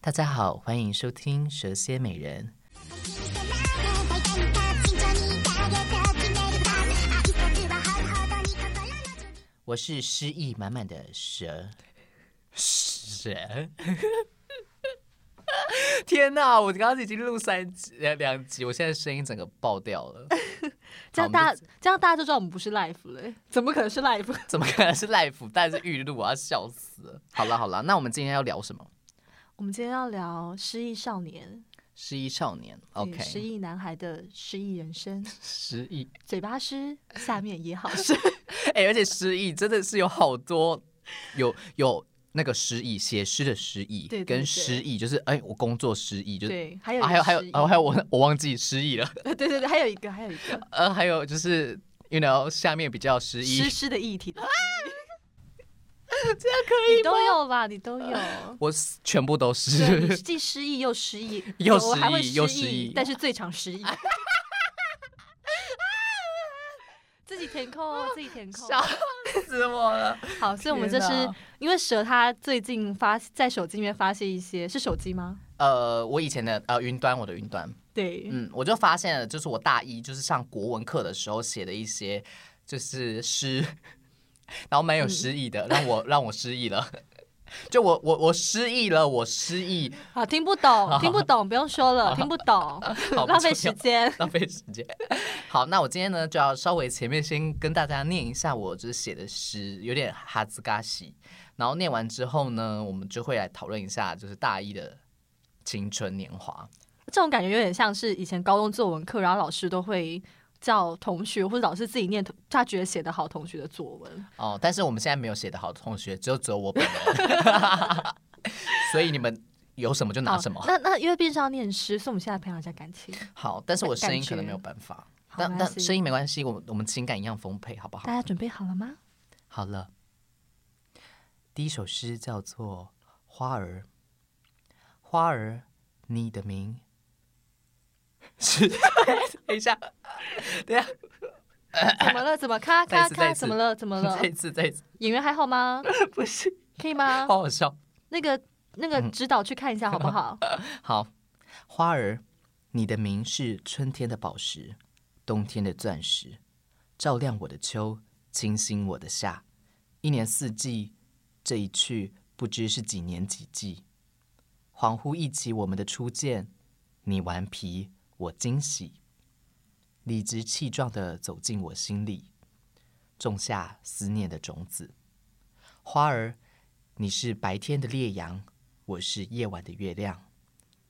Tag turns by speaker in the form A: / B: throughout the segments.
A: 大家好，欢迎收听《蛇蝎美人》。我是诗意满满的蛇，蛇。 天哪！我刚刚已经录三集、呃两集，我现在声音整个爆掉了。
B: 这样大家这样大家就知道我们不是 live 了欸、怎么可能是 live？
A: 怎么可能是 live？但是预录，我要笑死了。好了好了，那我们今天要聊什么？
B: 我们今天要聊失忆少年
A: 失忆少年
B: 与失
A: ，OK，
B: 忆男孩的失忆人生，
A: 失忆，
B: 嘴巴湿，下面也好 湿。
A: 哎、而且失忆真的是有好多，有有那个失忆，写诗的失忆，
B: 对对
A: 跟
B: 对
A: 失忆就是哎、我工作失忆，就是
B: 对，还有
A: 啊还有还有
B: 人失忆
A: 哦还有我我忘记失忆了，
B: 对对对，还有一个还有一个
A: 呃，还有就是。You know，下面比较失忆
B: 湿，湿的议题，
A: 这样可
B: 你都有吧？你 都有。
A: 我全部都
B: 对啊 你
A: 是。
B: 既失忆 又失忆，
A: 又
B: 我还会
A: 失忆又
B: 失
A: 失忆
B: 但是最常失 忆。自己填空哦，自己填空。
A: 笑死我了！
B: 好，所以我们这
A: 天
B: 是
A: 哪
B: 因为蛇它最近发在手机里面发现一些是手机吗？
A: 呃，我以前的呃云端，我的云端，
B: 对，
A: 嗯，我就发现了，就是我大一就是上国文课的时候写的一些就是诗，然后蛮
B: 嗯
A: 有诗意的，让我让我失忆了。 就我我我失忆了，我失忆，
B: 好听不 懂，听不懂，不用说了，听不懂，
A: 好
B: 浪费时，
A: 不重
B: 间。
A: 要浪费时间。 好，那我今天呢就要稍微前面先跟大家念一下我就是写的诗，有点哈兹嘎西。然后念完之后呢，我们就会来讨论一下就是大一的青春年华。
B: 这种感觉有点像是以前高中作文课，然后老师都会叫同学或者老师自己念他觉得写得好同学的作文。
A: 哦，但是我们现在没有写的好的同学，只有只有我本 人，所以你们有什么就拿什么
B: 哦。那那因为毕竟是要念诗，所以我们现在培养一下感情。
A: 好，但是我声音
B: 感
A: 可能
B: 觉
A: 没有办法，
B: 好
A: 但
B: 没关
A: 但
B: 系
A: 声音没关系，我们我们情感一样丰沛，好不
B: 大
A: 好？
B: 家准备好了吗？
A: 好了，第一首诗叫做《花儿》，花儿，你的 名是，等一下，等一下，
B: 怎么了？怎么 咔
A: 再一
B: 咔
A: 次再
B: 咔？
A: 一次
B: 怎么了？怎么 了
A: 再？一次，再一次，
B: 演员还好吗？
A: 不是，
B: 可以吗？
A: 好好嗯笑。
B: 那个那个指导去看一下好不好？
A: 好，花儿，你的名是春天的宝石，冬天的钻石，照亮我的秋，清新我的夏，一年四季，这一去不知是几年几季。恍惚忆起我们的初见，你顽皮，我惊喜，理直气壮地走进我心里，种下思念的种子。花儿，你是白天的烈阳，我是夜晚的月亮。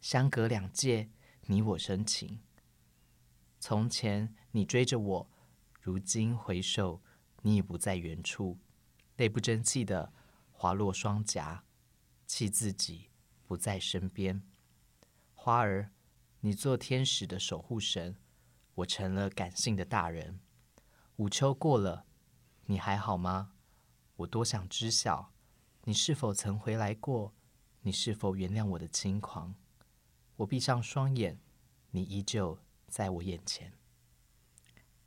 A: 相隔两界，你我深情。从前你追着我，如今回首，你已不在原处，泪不争气的滑落双颊，气自己不在身边。花儿，你做天使的守护神，我成了感性的大人。午秋过了，你还好吗？我多想知晓，你是否曾回来过？你是否原谅我的轻狂？我闭上双眼，你依旧在我眼前。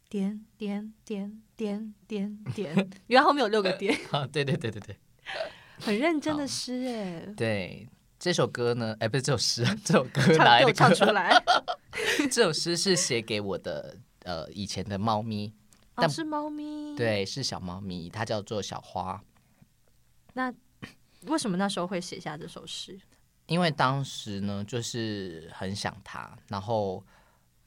B: 点点点点点 点，原来后面有六个点，
A: 啊，对对对对对
B: 很认真
A: 好
B: 的诗哎，
A: 对，这首歌呢，哎，不是这首 诗，这首歌
B: 唱
A: 哪来
B: 给
A: 的
B: 我唱出
A: 歌？
B: 来，哦
A: 这首诗是写给我的呃以前的猫咪，
B: 哦
A: 但
B: 是猫咪，，
A: 对，是小猫咪，它叫做小花。
B: 那 为什么那时候会写下这首诗？
A: 因为当时呢，就是很想它，然后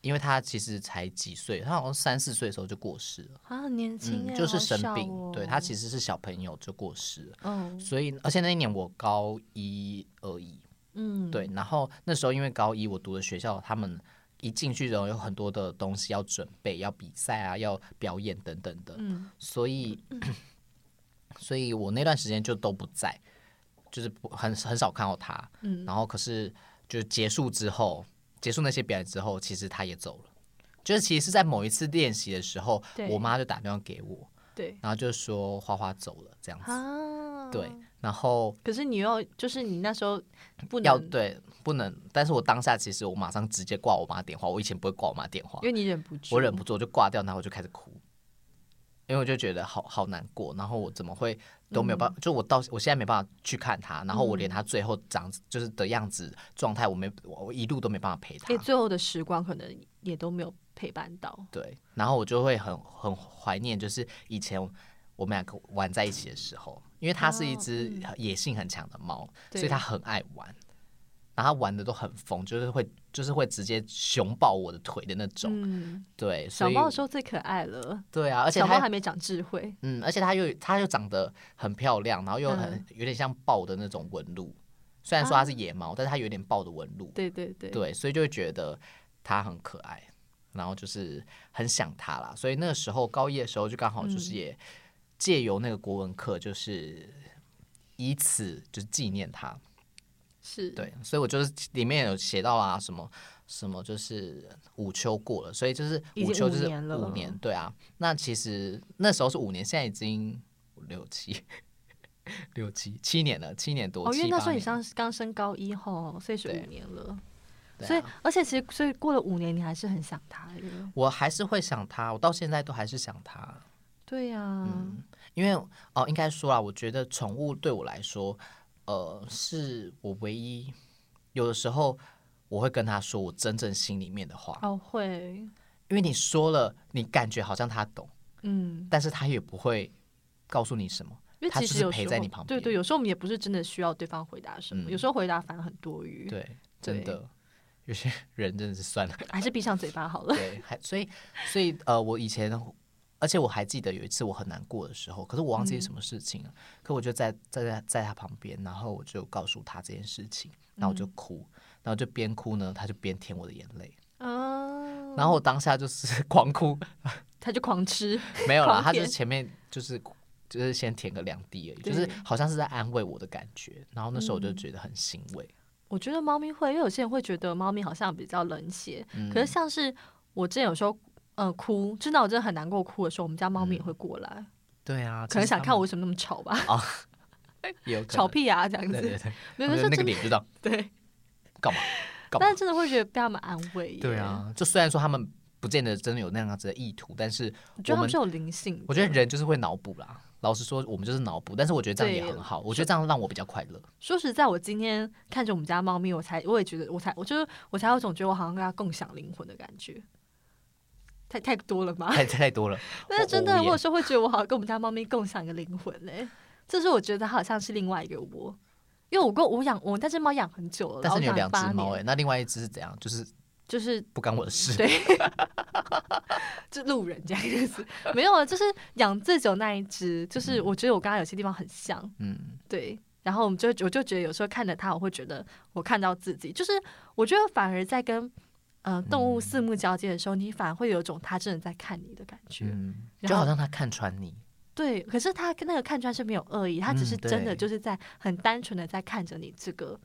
A: 因为它其实才几岁，它好像三四岁的时候就过世了，
B: 啊，很年轻
A: 嗯，
B: 哎，
A: 就是
B: 好
A: 生
B: 小
A: 病，
B: 哦
A: 对，它其实是小朋友就过世了，
B: 嗯
A: 所以而且那一年我高一而已，
B: 嗯，
A: 对，然后那时候因为高一我读的学校，他们一进去然后有很多的东西要准备，要比赛啊，要表演等等的，
B: 嗯，
A: 所以 所以我那段时间就都不在，就是不很很少看到他。
B: 嗯
A: 然后可是就是结束之后，结束那些表演之后，其实他也走了。就是其实是在某一次练习的时候，
B: 对
A: 我妈就打电话给我，
B: 对
A: 然后就说花花走了这样子。
B: 啊，
A: 对，，然后
B: 可是你又就是你那时候不
A: 要
B: 能，
A: 对，不能。但是我当下其实我马上直接挂我妈电话，我以前不会挂我妈电话
B: 因，为你忍不住，
A: 我忍不住我就挂掉，然后我就开始哭，因因为我就觉得好好难过，然后我怎么会都没有办
B: 嗯
A: 法，就我到我现在没办法去看他，然后我连他最后长就是的样子状态，我没我我一路都没办法陪他
B: 哎、，最后的时光可能也都没有陪伴到。
A: 对，然后我就会很很怀念，就是以前我们两个玩在一起的时候，因为它是一
B: 哦
A: 只野性很强的猫，所以
B: 对
A: 它很爱玩，然后它玩的都很疯，就是会就是会直接熊抱我的腿的那种。
B: 嗯，
A: 对，所
B: 小
A: 以
B: 猫的时候最可爱了，
A: 对啊，而且
B: 小猫
A: 它
B: 还没长智慧。
A: 嗯，而且它又它又长得很漂亮，然后又很、
B: 嗯
A: 有点像豹的那种纹路，虽然说它是野猫，但是它有点豹的纹路。
B: 啊对对对，
A: 对，所以就会觉得它很可爱，然后就是很想它啦。所以那个时候高一的时候，就刚好就是
B: 嗯
A: 也借由那个国文课，就是以此就是纪念它。
B: 是，
A: 对，所以我就是里面有写到啊，什么什么就是午秋过了，所以就是
B: 已
A: 午
B: 经
A: 秋
B: 五
A: 就是
B: 年了嗯
A: 五年，对啊。那其实那时候是五年，现在已经六七。 六七七年了，七年多，
B: 哦，因为那时候
A: 七
B: 你
A: 八年
B: 上刚升高一吼，所以是
A: 对
B: 五年了。
A: 对啊
B: 所以，而且其实，所以过了五年，你还是很想他耶。
A: 我还是会想他，我到现在都还是想他。
B: 对呀、嗯
A: 因为哦、呃应该说啊，我觉得宠物对我来说，呃，是我唯一有的时候我会跟他说我真正心里面的话，
B: 哦会，
A: 因为你说了，你感觉好像他懂，
B: 嗯，
A: 但是他也不会告诉你什么。
B: 因为
A: 它
B: 其
A: 就
B: 实
A: 是
B: 有
A: 陪
B: 时
A: 在
B: 候
A: 你旁
B: 对对，有时候我们也不是真的需要对方回答什么，
A: 嗯
B: 有时候回答反而很多余。，
A: 对，真的，有些人真的是 算了。
B: 还是闭上嘴 巴好了。
A: 对，还所以所以呃，我以前，而且我还记得有一次我很难过的时候，可是我忘记是什么事情了。可我就在在在在他旁边，然后我就告诉他这件事情，然后我就哭，然后就边哭呢，他就边舔我的眼泪，
B: 嗯，
A: 然后我当下就是 狂哭，
B: 他就狂吃，
A: 没有啦，
B: 狂
A: 他就
B: 舔
A: 前面就是。就是先舔个两滴而已，就
B: 对嗯
A: 是好像是在安慰我的感觉。然后那时候我就觉得很欣慰。
B: 我觉得猫咪会，因为有些人会觉得猫咪好像比较冷血，
A: 嗯
B: 可是像是我之前有时候，呃，哭，真的我真的很难过哭的时候，我们家猫咪也会过来，
A: 对嗯啊，
B: 可
A: 其
B: 能
A: 实
B: 想
A: 他
B: 看我
A: 们
B: 为什么那么吵吧，
A: 也有可
B: 吵
A: 能。
B: 屁啊这样
A: 对对
B: 子，
A: 对，
B: 没有
A: 我觉
B: 可是
A: 得那
B: 真
A: 个
B: 的
A: 脸就这样
B: 对，
A: 干嘛？干嘛
B: 但？是真的会觉得被他们安慰，
A: 对，啊，就虽然说他们不见得真的有那样子的意图，但是
B: 我觉
A: 我
B: 得他
A: 们
B: 们是有灵性的，
A: 我觉得人就是会脑补啦。老实说，我们就是脑补，但是我觉得这样也
B: 对
A: 很好。我觉得这样让我比较快乐。
B: 说实在，我今天看着我们家猫咪，我才我也觉得，我才我就是我才有种觉得我好像跟它共享灵魂的感觉，太太多 了吗？
A: 太太多了，
B: 但是真的，
A: 我
B: 我
A: 无
B: 有
A: 言
B: 时候会觉得我好像跟我们家猫咪共享一个灵魂嘞、就是我觉得它好像是另外一个我，因为我跟我养我那只猫养很久了，
A: 但是你有
B: 我
A: 两
B: 养
A: 只
B: 八
A: 猫
B: 年
A: 哎、那另外一只是怎样？就是
B: 就是
A: 不干我的事。
B: 对，就路人这样子， 没有啊，就是养最久那一只，就是我觉得我跟它有些地方很像，
A: 嗯，
B: 对，然后我们就我就觉得有时候看着它，我会觉得我看到自己，就是我觉得反而在跟呃动物
A: 嗯
B: 四目交接的时候，你反而会有一种它真的在看你的感觉。
A: 嗯，
B: 然后
A: 就好像他看穿你。
B: 对，可是它跟那个看穿是没有恶意，它只
A: 嗯
B: 是真的
A: 对
B: 就是在很单纯的在看着你这个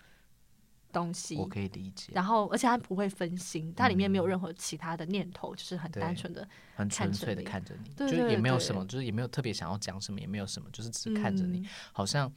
B: 东西
A: 我。可以理解，
B: 然后，而且它不会分心，它里面没
A: 嗯
B: 有任何其他的念头，就是很
A: 对
B: 单纯的。
A: 很纯
B: 看着
A: 粹的
B: 你
A: 看着你，
B: 对
A: 就是也
B: 对
A: 没有
B: 对
A: 什么，就是也没有特别想要讲什么，也没有什么，就是只看着
B: 嗯
A: 你，好像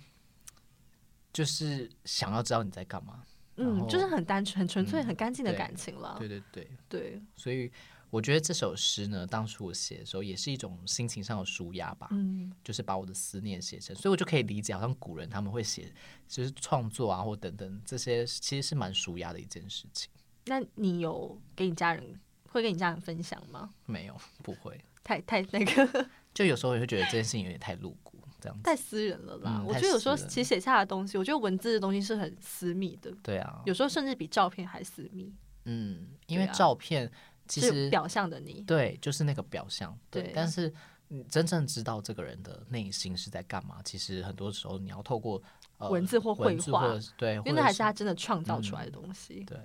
A: 就是想要知道你在干嘛。然
B: 嗯，
A: 后
B: 嗯，就是很单纯、很纯粹、
A: 嗯
B: 很干净的
A: 对
B: 感情了
A: 对。对对，
B: 对，
A: 所以我觉得这首诗呢，当初我写的时候也是一种心情上的舒压吧，
B: 嗯，
A: 就是把我的思念写成，所以我就可以理解，好像古人他们会写，就是创作啊或等等这些，其实是蛮舒压的一件事情。
B: 那你有给你家人会跟你家人分享吗？
A: 没有，不会，
B: 太太那个
A: 就有时候也会觉得这件事情有点太露骨，这样子。
B: 太私人了啦。
A: 嗯
B: 我
A: 太
B: 觉得有时候
A: 私人
B: 其实写下的东西，我觉得文字的东西是很私密的，
A: 对啊，
B: 有时候甚至比照片还私密，
A: 嗯，因为
B: 对啊
A: 照片其
B: 是
A: 实
B: 表象的你。
A: 对，就是那个表象，对，
B: 对
A: 但是。你真正知道这个人的内心是在干嘛，其实很多时候你要透过、呃、
B: 文字或
A: 文
B: 绘
A: 字
B: 画
A: 或者是对，
B: 因
A: 或
B: 为
A: 者
B: 那还
A: 是嗯
B: 是他真的创造出来的东西，
A: 对，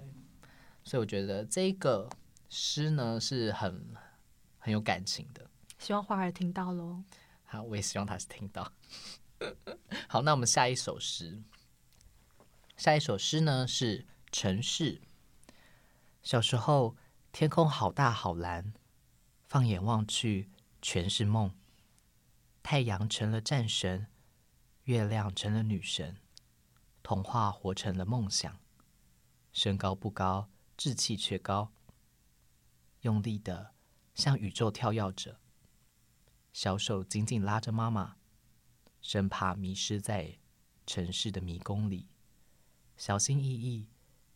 A: 所以我觉得这一个诗呢是很很有感情的。
B: 希望花儿听到喽。
A: 好，我也希望他是听到。好，那我们下一首诗，下一首诗呢是《城市》。小时候，天空好大好蓝，放眼望去全是梦。太阳成了战神，月亮成了女神，童话活成了梦想。身高不高，志气却高，用力的向宇宙跳跃着。小手紧紧拉着妈妈，生怕迷失在城市的迷宫里，小心翼翼，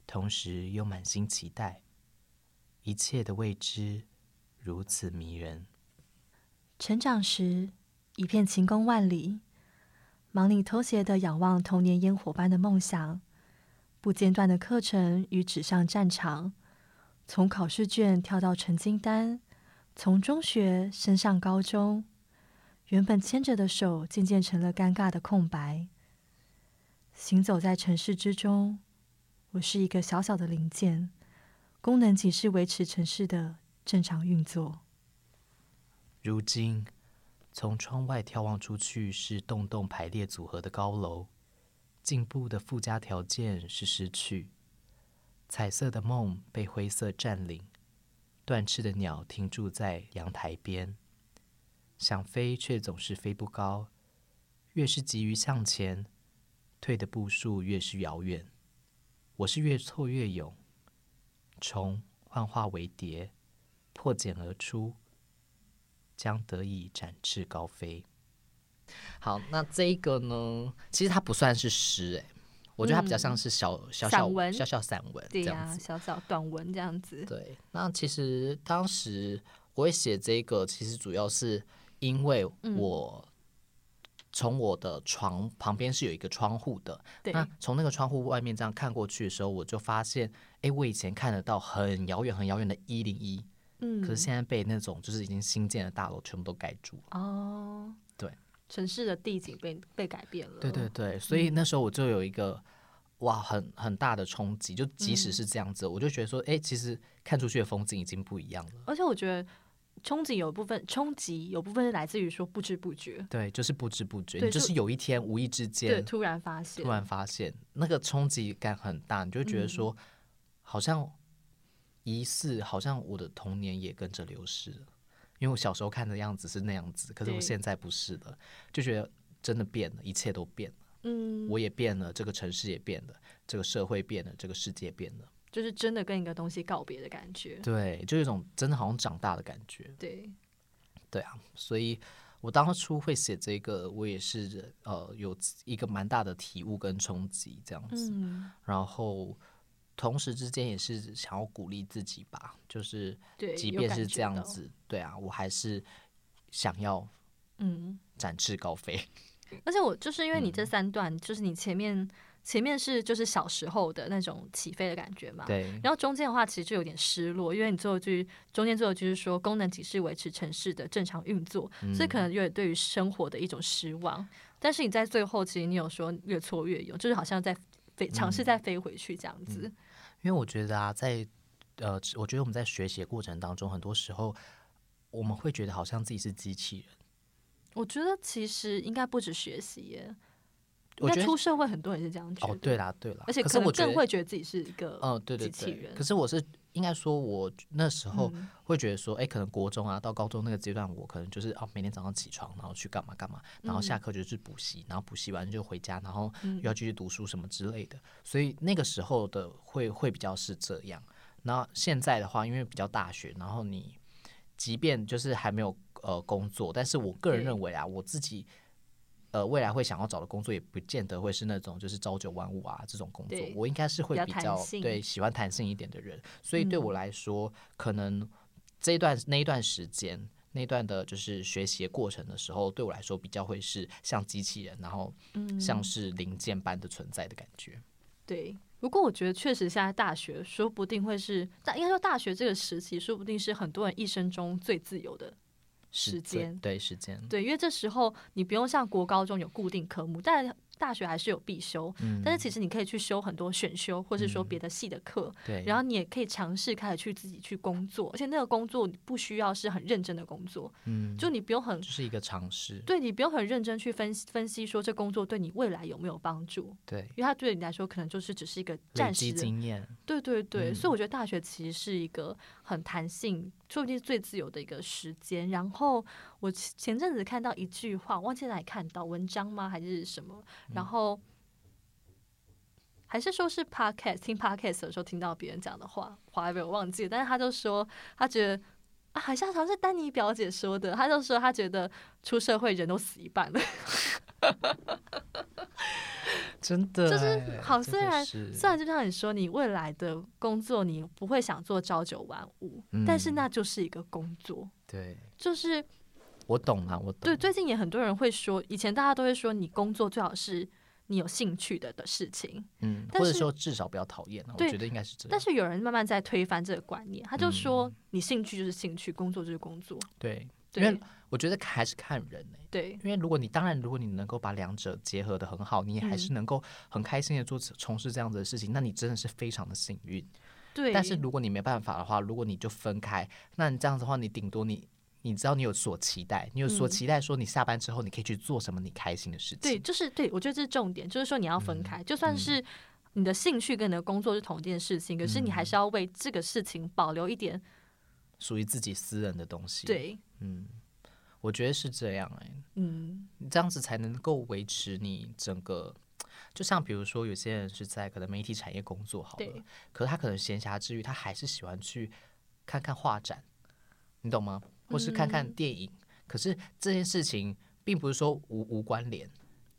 A: 同时又满心期待，一切的未知如此迷人。
B: 成长时，一片晴空万里，忙里偷闲的仰望童年烟火般的梦想，不间断的课程与纸上战场，从考试卷跳到成绩单，从中学升上高中，原本牵着的手渐渐成了尴尬的空白。行走在城市之中，我是一个小小的零件，功能仅是维持城市的正常运作。
A: 如今，从窗外眺望出去是栋栋排列组合的高楼，进步的附加条件是失去。彩色的梦被灰色占领，断翅的鸟停驻在阳台边，想飞却总是飞不高，越是急于向前，退的步数越是遥远。我是越挫越勇，虫幻化为蝶，破茧而出。将得以展翅高飞。好，那这一个呢？其实它不算是诗，哎，我觉得它比较像是小、小小
B: 嗯散文
A: 小小散文这
B: 对呀、
A: 样子。
B: 小小短文这样子。
A: 对，那其实当时我会写这个，其实主要是因为我
B: 嗯
A: 从我的床旁边是有一个窗户的，
B: 对，
A: 那从那个窗户外面这样看过去的时候，我就发现，哎，我以前看得到很遥远、很遥远的一零一，
B: 嗯，
A: 可是现在被那种就是已经新建的大楼全部都盖住了。
B: 哦，
A: 对，
B: 城市的地景被被改变了。
A: 对对对，所以那时候我就有一个哇，很很大的冲击。就即
B: 嗯
A: 使是这样子，我就觉得说，哎、其实看出去的风景已经不一样了。
B: 而且我觉得憧憬有部分冲击有部分是来自于说不知不觉，
A: 对，就是不知不觉，
B: 对
A: 你就
B: 就是
A: 有一天无意之
B: 对，嗯
A: 间
B: 突然发现，
A: 突然发现，那个冲击感很大，你就会觉得说，好像疑似，好像我的童年也跟着流逝了。因为我小时候看的样子是那样子，可是我
B: 对
A: 现在不是了，就觉得真的变了，一切都变了，
B: 嗯，
A: 我也变了，这个城市也变了，这个社会变了，这个世界变了。
B: 就是真的跟一个东西告别的感觉。
A: 对，就有一种真的好像长大的感觉。
B: 对，
A: 对啊，所以我当初会写这个，我也是呃有一个蛮大的体悟跟冲击这样子，
B: 嗯，
A: 然后同时之间也是想要鼓励自己吧，就是
B: 对，
A: 即
B: 有
A: 便
B: 感
A: 是
B: 觉
A: 这样
B: 到，
A: 子，对啊，我还是想要
B: 嗯。
A: 展翅高飞。
B: 而且我就是因为
A: 嗯
B: 你这三段，就是你前面前面是就是小时候的那种起飞的感觉嘛，
A: 对，
B: 然后中间的话，其实就有点失落，因为你最后一句中间最后一句是说功能只是维持城市的正常运作，所以
A: 嗯
B: 可能有点对于生活的一种失望。但是你在最后，其实你有说越挫越勇，就是好像在飞尝试再
A: 嗯
B: 飞回去这样子。
A: 因为我觉得啊，在呃，我觉得我们在学习的过程当中，很多时候我们会觉得好像自己是机器人。
B: 我觉得其实应该不止学习耶，
A: 我
B: 应
A: 觉
B: 该
A: 得
B: 出社会很多人是这样觉得，
A: 哦，对啦，对啦，
B: 而且
A: 可
B: 可
A: 是
B: 能
A: 我觉
B: 更
A: 得
B: 会觉得自己是一个
A: 嗯，对对
B: 机器
A: 对。
B: 人
A: 可。是我是应该说，我那时候
B: 嗯
A: 会觉得说，哎、可能国中啊到高中那个阶段，我可能就是哦，每天早上起床，然后去干嘛干嘛，然后下
B: 嗯
A: 课就是补习，然后补习完就回家，然后又要继续读书什么之类的。所以那个时候的会会比较是这样。那现在的话，因为比较大学，然后你即便就是还没有呃工作，但是我个人
B: 对
A: 认为啊，我自己。呃，未来会想要找的工作也不见得会是那种就是朝九晚五啊这种工作
B: 对，
A: 我应该是会
B: 比较
A: 比
B: 弹
A: 较
B: 性嗯
A: 对喜欢弹性一点的人，所以对我来说，可能这一段那一段时间那一段的就是学习的过程的时候，对我来说比较会是像机器人，然后
B: 嗯
A: 像是零件般的存在的感觉。
B: 对，不过我觉得确实现在大学说不定会是，但应该说大学这个时期说不定是很多人一生中最自由的。
A: 是
B: 时
A: 最
B: 间
A: 对时间，
B: 对，因为这时候你不用像国高中有固定科目，但大学还是有必修，
A: 嗯
B: 但是其实你可以去修很多选修，或是说别的系的课，
A: 对，
B: 然后你也可以尝试开始去自己去工作，而且那个工作你不需要是很认真的工作，
A: 嗯，
B: 就你不用很
A: 就是一个尝试。
B: 对你不用很认真去分析分析说这工作对你未来有没有帮助，
A: 对，
B: 因为它对你来说可能就是只是一个
A: 累
B: 暂时
A: 积
B: 的
A: 经验，
B: 对对对，
A: 嗯
B: 所以我觉得大学其实是一个很弹性，说不定是最自由的一个时间。然后我前前阵子看到一句话，忘记哪里看到文章吗还是什么？
A: 嗯
B: 然后、还是说是 podcast 听 podcast 的时候听到别人讲的话，whatever 我忘记了。但是他就说，他觉得啊，好像好像是丹尼表姐说的，她就说她觉得出社会人都死一半了，
A: 真的
B: 就是好。虽然
A: 是
B: 虽然就像你说，你未来的工作你不会想做朝九晚五，
A: 嗯
B: 但是那就是一个工作，
A: 对
B: 就是
A: 我懂啊，我懂。
B: 对。最近也很多人会说，以前大家都会说，你工作最好是你有兴趣的的事情，
A: 嗯，
B: 但
A: 或者
B: 是
A: 说至少不要讨厌啊，我
B: 对
A: 觉得应该是这样。
B: 但是有人慢慢在推翻这个观念，他
A: 嗯
B: 就说，你兴趣就是兴趣，工作就是工作，
A: 对，因为
B: 对
A: 我觉得还是看人欸呢、
B: 对
A: 因为如果你当然，如果你能够把两者结合的很好，你还
B: 嗯
A: 是能够很开心的做从事这样子的事情，那你真的是非常的幸运。
B: 对。
A: 但是如果你没办法的话，如果你就分开，那你这样子的话，你顶多你你知道你有所期待，你有所
B: 嗯
A: 期待说你下班之后你可以去做什么你开心的事情。
B: 对，就是对我觉得这是重点，就是说你要
A: 嗯
B: 分开，就算是你的兴趣跟你的工作是同一件事情，可是你还
A: 嗯
B: 是要为这个事情保留一点。
A: 属于自己私人的东西。，
B: 对，
A: 嗯，我觉得是这样哎、
B: 嗯，
A: 你这样子才能够维持你整个。就像比如说，有些人是在可能媒体产业工作好了
B: 对，
A: 可是他可能闲暇之余，他还是喜欢去看看画展，你懂吗？或是看
B: 嗯
A: 看电影。可是这件事情并不是说无无关联，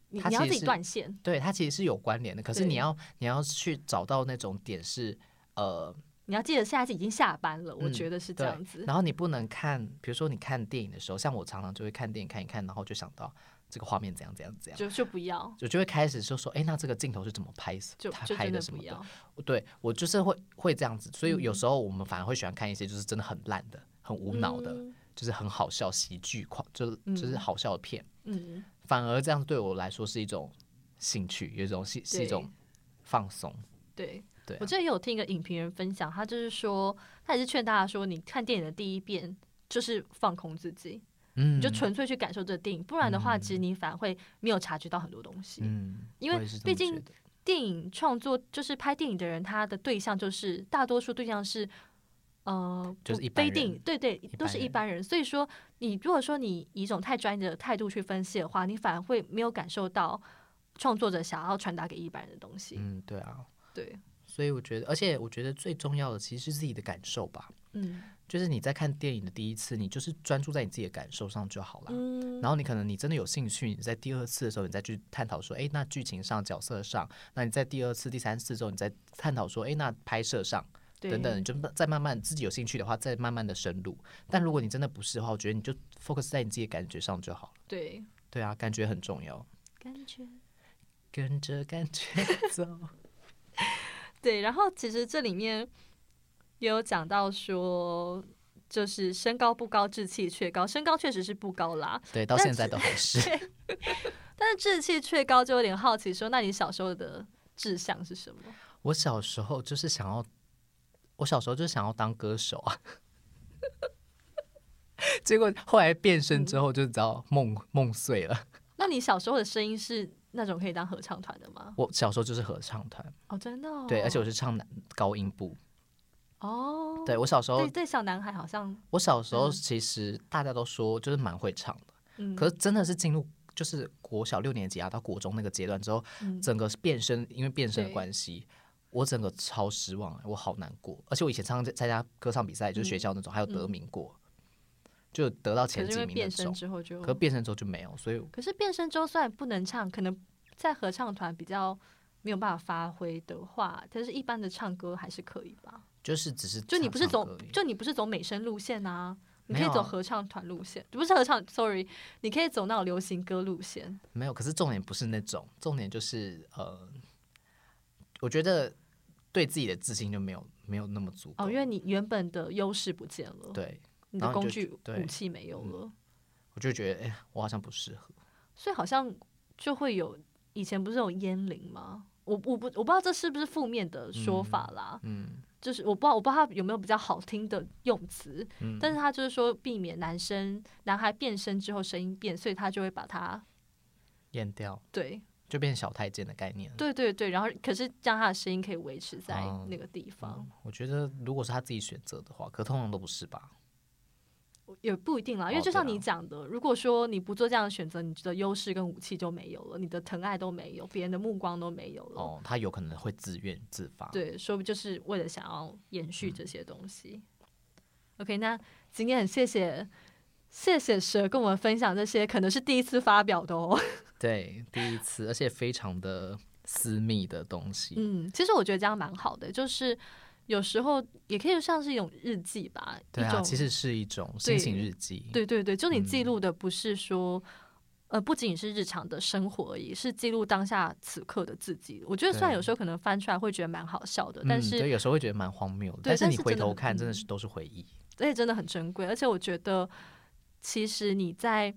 B: 你
A: 它
B: 你要
A: 其实
B: 自己
A: 是
B: 断线。
A: 对它其实是有关联的。可是
B: 对
A: 你要你要去找到那种点是呃
B: 你要记得现在是已经下班了，我
A: 嗯
B: 觉得是这
A: 对，
B: 样子。
A: 然后你不能看，比如说你看电影的时候，像我常常就会看电影看一看，然后就想到这个画面怎样怎样怎样，
B: 就就不要，
A: 我就会开始就说，哎，那这个镜头是怎么拍死？
B: 就
A: 他
B: 就
A: 拍
B: 真
A: 的
B: 的
A: 什
B: 不
A: 么
B: 要嗯
A: 的？。对我就是会会这样子，所以有时候我们反而会喜欢看一些就是真的很烂的、很无脑的，
B: 嗯
A: 就是很好笑喜剧狂，就是就是
B: 嗯
A: 好笑的片。
B: 嗯，
A: 反而这样对我来说是一种兴趣，有一种是是一
B: 对
A: 种放松。
B: 对。
A: 对啊
B: 我之前有听一个影评人分享，他就是说，他也是劝大家说，你看电影的第一遍就是放空自己，
A: 嗯
B: 你就纯粹去感受这个电影，不然的话，其实你反而会没有察觉到很多东西。
A: 嗯，
B: 因为
A: 我也是这
B: 毕
A: 么觉
B: 竟
A: 得
B: 电影创作就是拍电影的人，他的对象就是大多数对象是，呃，
A: 就是一
B: 不非
A: 般人
B: 电影，对对，都是
A: 般人
B: 一般人。所以说，你如果说你以一种太专业的态度去分析的话，你反而会没有感受到创作者想要传达给一般人的东西。
A: 嗯，对啊，
B: 对，
A: 所以我觉得，而且我觉得最重要的其实是自己的感受吧。
B: 嗯
A: 就是你在看电影的第一次，你就是专注在你自己的感受上就好了。
B: 嗯，
A: 然后你可能你真的有兴趣，你在第二次的时候，你再去探讨说，诶，那剧情上、角色上，那你在第二次、第三次之后，你再探讨说，诶，那拍摄上
B: 对
A: 等等，你就再慢慢自己有兴趣的话，再慢慢的深入。但如果你真的不是的话，我觉得你就 focus 在你自己的感觉上就好了。
B: 对，
A: 对啊，感觉很重要，
B: 感觉。
A: 跟着感觉 走。
B: 对，然后其实这里面也有讲到说，就是身高不高，志气却高。身高确实是不高啦，
A: 对，到
B: 但
A: 现在都还是。
B: 但是志气却高，就有点好奇说，那你小时候的志向是什么？
A: 我小时候就是想要，我小时候就想要当歌手啊。 结果后来变身之后，就知道梦梦碎了。
B: 那你小时候的声音是那种可以当合唱团的吗？
A: 我小时候就是合唱团，
B: 哦，真的、哦。
A: 对，而且我是唱男高音部。
B: 哦，
A: 对我小时候
B: 对，对，小男孩好像，
A: 我小时候其实大家都说就是蛮会唱的，
B: 嗯，
A: 可是真的是进入就是国小六年级啊到国中那个阶段之后，
B: 嗯
A: 整个变声，因为变声的
B: 对
A: 关系，我整个超失望，我好难过。而且我以前常常参加歌唱比赛，
B: 嗯
A: 就是学校那种，还有得名过，就得到
B: 可
A: 前
B: 是因
A: 几
B: 为
A: 名那
B: 变声
A: 种。
B: 之后就，
A: 可变声之后就没有，所以
B: 可是变声之后虽然不能唱，可能在合唱团比较没有办法发挥的话，但是一般的唱歌还是可以吧？
A: 就是只是
B: 就你
A: 唱
B: 不是
A: 唱
B: 走
A: 歌而已，
B: 就你不是走美声路线啊？你
A: 没
B: 可以
A: 有
B: 走
A: 啊
B: 合唱团路线，不是合唱，sorry，你可以走那种流行歌路线。
A: 没有。可是重点不是那种，重点就是呃，我觉得对自己的自信就没有没有那么足够。
B: 哦，因为你原本的优势不见了，
A: 对，
B: 你
A: 然
B: 的
A: 后你
B: 工
A: 就
B: 具
A: 对
B: 武器没有了，
A: 我就觉得哎、我好像不适合。
B: 所以好像就会有以前不是有烟龄吗？我我不我不知道这是不是负面的说法啦，
A: 嗯，
B: 就是我不知道我不知道它有没有比较好听的用词，
A: 嗯
B: 但是他就是说避免男生男孩变声之后声音变，所以他就会把它
A: 咽掉
B: 对
A: 就变小太监的概念了。
B: 对对对，然后可是让他的声音可以维持在
A: 嗯哦
B: 那个地方，
A: 我觉得如果是他自己选择的话，可通常都不是吧？
B: 也不一定啦，因为
A: 哦
B: 就像
A: 对啊
B: 你讲的，如果说你不做这样的选择，你的优势跟武器就没有了，你的疼爱都没有，别人的目光都没有了。
A: 哦，他有可能会自愿自发。嗯
B: 对，说不就是为了想要延续这些东西。 OK，那今天很谢谢谢谢蛇跟我们分享这些，可能是第一次发表的哦。
A: 对，第一次，而且非常的私密的东西。
B: 嗯，其实我觉得这样蛮好的，就是有时候也可以像是一种日记吧，
A: 对
B: 一
A: 啊，
B: 种
A: 其实嗯是一种心情日记。
B: 对对对，就你记录的不是说，呃，不仅仅是日常的生活而已，是记录当下此刻的自己。我觉得虽然
A: 对
B: 有时候可能翻出来会觉得蛮好笑的，
A: 嗯，
B: 但是
A: 对，有时候会觉得蛮荒谬的，
B: 对
A: 是
B: 但
A: 你
B: 是
A: 回
B: 真的
A: 头
B: 很
A: 看，真的
B: 嗯
A: 是都是回忆。
B: 而且真的很珍贵。而且我觉得，其实你在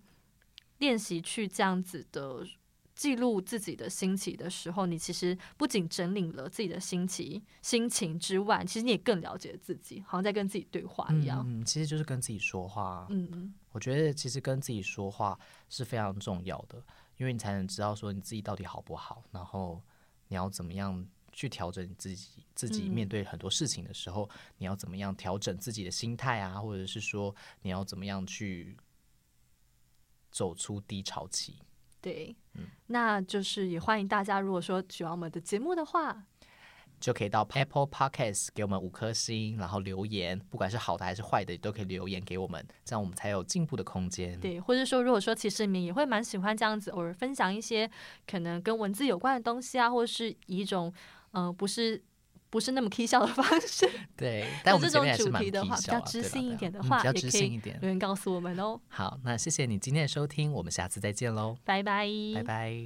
B: 练习去这样子的记录自己的心情的时候，你其实不仅整理了自己的心情心情之外，其实你也更了解自己，好像在跟自己对话一样。
A: 嗯，其实就是跟自己说话。
B: 嗯嗯
A: 我觉得其实跟自己说话是非常重要的，因为你才能知道说你自己到底好不好，然后你要怎么样去调整你自己。自己
B: 嗯
A: 面对很多事情的时候，你要怎么样调整自己的心态啊，或者是说你要怎么样去走出低潮期。
B: 对。那就是也欢迎大家，如果说喜欢我们的节目的话，
A: 就可以到 Apple Podcast 给我们五颗星，然后留言，不管是好的还是坏的，也都可以留言给我们，这样我们才有进步的空间。
B: 对，或者说如果说其实你们也会蛮喜欢这样子，偶尔分享一些可能跟文字有关的东西啊，或者是以一种嗯、呃不是不是那么 k 笑的方式，
A: 对， 但我们前
B: 这种
A: 面还是
B: 主
A: 蛮
B: 题的话，
A: 皮
B: 比
A: 笑
B: 较
A: 啊
B: 知
A: 对吧
B: 性
A: 对
B: 一
A: 啊
B: 点的
A: 嗯
B: 话，
A: 比较
B: 也
A: 知
B: 可
A: 性
B: 以
A: 一点
B: 留。言告诉我们哦。
A: 好，那谢谢你今天的收听，我们下次再见喽，
B: 拜拜，
A: 拜拜。